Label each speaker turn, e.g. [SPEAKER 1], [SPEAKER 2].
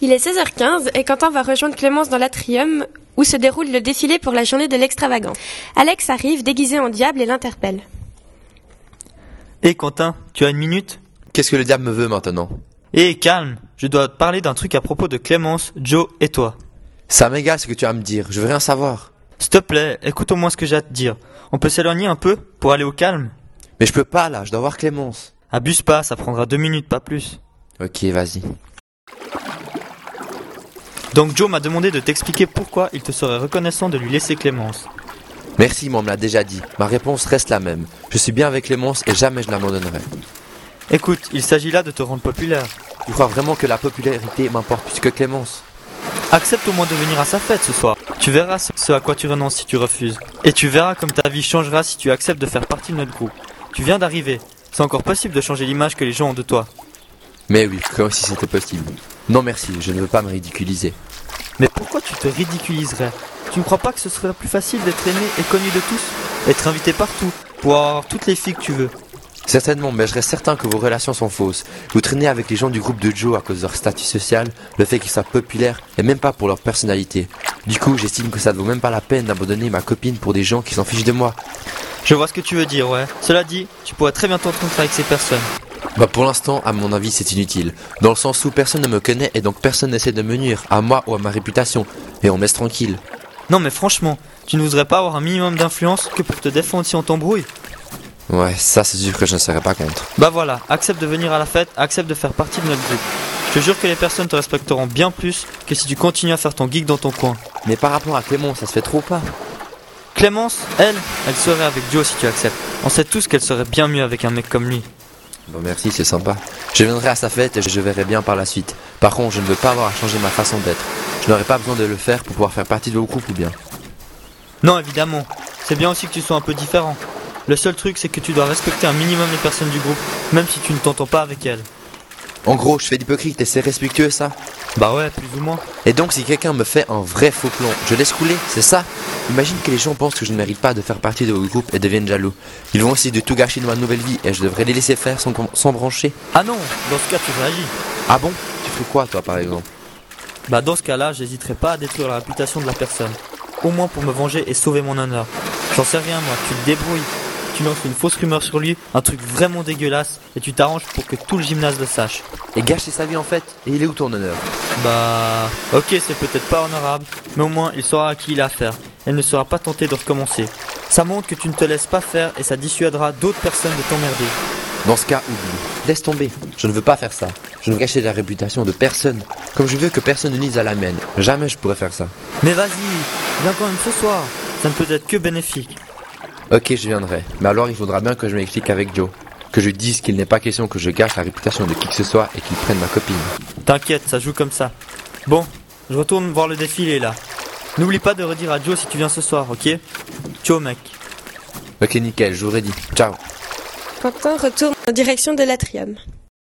[SPEAKER 1] Il est 16h15 et Quentin va rejoindre Clémence dans l'atrium où se déroule le défilé pour la journée de l'extravagant. Alex arrive déguisé en diable et l'interpelle.
[SPEAKER 2] Hé Eh, Quentin, tu as une minute
[SPEAKER 3] Qu'est-ce que le diable me veut maintenant
[SPEAKER 2] Hé calme, je dois te parler d'un truc à propos de Clémence, Joe et toi.
[SPEAKER 3] Ça m'égale ce que tu as à me dire, je veux rien savoir.
[SPEAKER 2] S'il te plaît, écoute au moins ce que j'ai à te dire. On peut s'éloigner un peu pour aller au calme
[SPEAKER 3] Mais je peux pas là, je dois voir Clémence.
[SPEAKER 2] Abuse pas, ça prendra deux minutes, pas plus.
[SPEAKER 3] Ok, vas-y.
[SPEAKER 2] Donc Joe m'a demandé de t'expliquer pourquoi il te serait reconnaissant de lui laisser Clémence.
[SPEAKER 3] Merci, mais on me l'a déjà dit. Ma réponse reste la même. Je suis bien avec Clémence et jamais je l'abandonnerai.
[SPEAKER 2] Écoute, il s'agit là de te rendre populaire.
[SPEAKER 3] Tu crois vraiment que la popularité m'importe plus que Clémence
[SPEAKER 2] Accepte au moins de venir à sa fête ce soir. Tu verras ce- ce à quoi tu renonces si tu refuses. Et tu verras comme ta vie changera si tu acceptes de faire partie de notre groupe. Tu viens d'arriver. C'est encore possible de changer l'image que les gens ont de toi.
[SPEAKER 3] Mais oui, comme si c'était possible. Non merci, je ne veux pas me ridiculiser.
[SPEAKER 2] Mais pourquoi tu te ridiculiserais Tu ne crois pas que ce serait plus facile d'être aimé et connu de tous Être invité partout pour avoir toutes les filles que tu veux.
[SPEAKER 3] Certainement, mais je reste certain que vos relations sont fausses. Vous traînez avec les gens du groupe de Joe à cause de leur statut social, le fait qu'ils soient populaires et même pas pour leur personnalité. Du coup, j'estime que ça ne vaut même pas la peine d'abandonner ma copine pour des gens qui s'en fichent de moi.
[SPEAKER 2] Je vois ce que tu veux dire, ouais. Cela dit, tu pourrais très bien t'entendre avec ces personnes.
[SPEAKER 3] Bah pour l'instant, à mon avis, c'est inutile. Dans le sens où personne ne me connaît et donc personne n'essaie de me nuire, à moi ou à ma réputation. Et on me laisse tranquille.
[SPEAKER 2] Non mais franchement, tu n'oserais pas avoir un minimum d'influence que pour te défendre si on t'embrouille
[SPEAKER 3] Ouais, ça c'est sûr que je ne serais pas contre.
[SPEAKER 2] Bah voilà, accepte de venir à la fête, accepte de faire partie de notre groupe. Je te jure que les personnes te respecteront bien plus que si tu continues à faire ton geek dans ton coin.
[SPEAKER 3] Mais par rapport à Clément, ça se fait trop pas.
[SPEAKER 2] Clémence, elle, elle serait avec Joe si tu acceptes. On sait tous qu'elle serait bien mieux avec un mec comme lui.
[SPEAKER 3] Bon merci, c'est sympa. Je viendrai à sa fête et je verrai bien par la suite. Par contre, je ne veux pas avoir à changer ma façon d'être. Je n'aurais pas besoin de le faire pour pouvoir faire partie de vos groupes ou bien.
[SPEAKER 2] Non, évidemment. C'est bien aussi que tu sois un peu différent. Le seul truc, c'est que tu dois respecter un minimum les personnes du groupe, même si tu ne t'entends pas avec elles.
[SPEAKER 3] En gros, je fais l'hypocrite et c'est respectueux ça.
[SPEAKER 2] Bah ouais, plus ou moins.
[SPEAKER 3] Et donc si quelqu'un me fait un vrai faux plan, je laisse couler, c'est ça Imagine que les gens pensent que je ne mérite pas de faire partie de votre groupe et deviennent jaloux. Ils vont essayer de tout gâcher dans ma nouvelle vie et je devrais les laisser faire sans, com- sans brancher.
[SPEAKER 2] Ah non, dans ce cas, tu réagis.
[SPEAKER 3] Ah bon Tu ferais quoi toi par exemple
[SPEAKER 2] Bah dans ce cas-là, j'hésiterai pas à détruire la réputation de la personne. Au moins pour me venger et sauver mon honneur. J'en sais rien moi, tu te débrouilles. Tu lances une fausse rumeur sur lui, un truc vraiment dégueulasse, et tu t'arranges pour que tout le gymnase le sache.
[SPEAKER 3] Et gâcher sa vie en fait Et il est où ton honneur
[SPEAKER 2] Bah... Ok, c'est peut-être pas honorable, mais au moins il saura à qui il a affaire. Elle ne sera pas tentée de recommencer. Ça montre que tu ne te laisses pas faire et ça dissuadera d'autres personnes de t'emmerder.
[SPEAKER 3] Dans ce cas, oublie. Laisse tomber. Je ne veux pas faire ça. Je ne veux gâcher la réputation de personne. Comme je veux que personne ne lise à la mienne. Jamais je pourrais faire ça.
[SPEAKER 2] Mais vas-y, viens quand même ce soir. Ça ne peut être que bénéfique.
[SPEAKER 3] Ok, je viendrai. Mais alors il faudra bien que je m'explique avec Joe. Que je dise qu'il n'est pas question que je gâche la réputation de qui que ce soit et qu'il prenne ma copine.
[SPEAKER 2] T'inquiète, ça joue comme ça. Bon, je retourne voir le défilé là. N'oublie pas de redire à Joe si tu viens ce soir, ok Ciao mec.
[SPEAKER 3] Ok, nickel, je vous aurais dit. Ciao.
[SPEAKER 1] Quentin retourne en direction de l'atrium.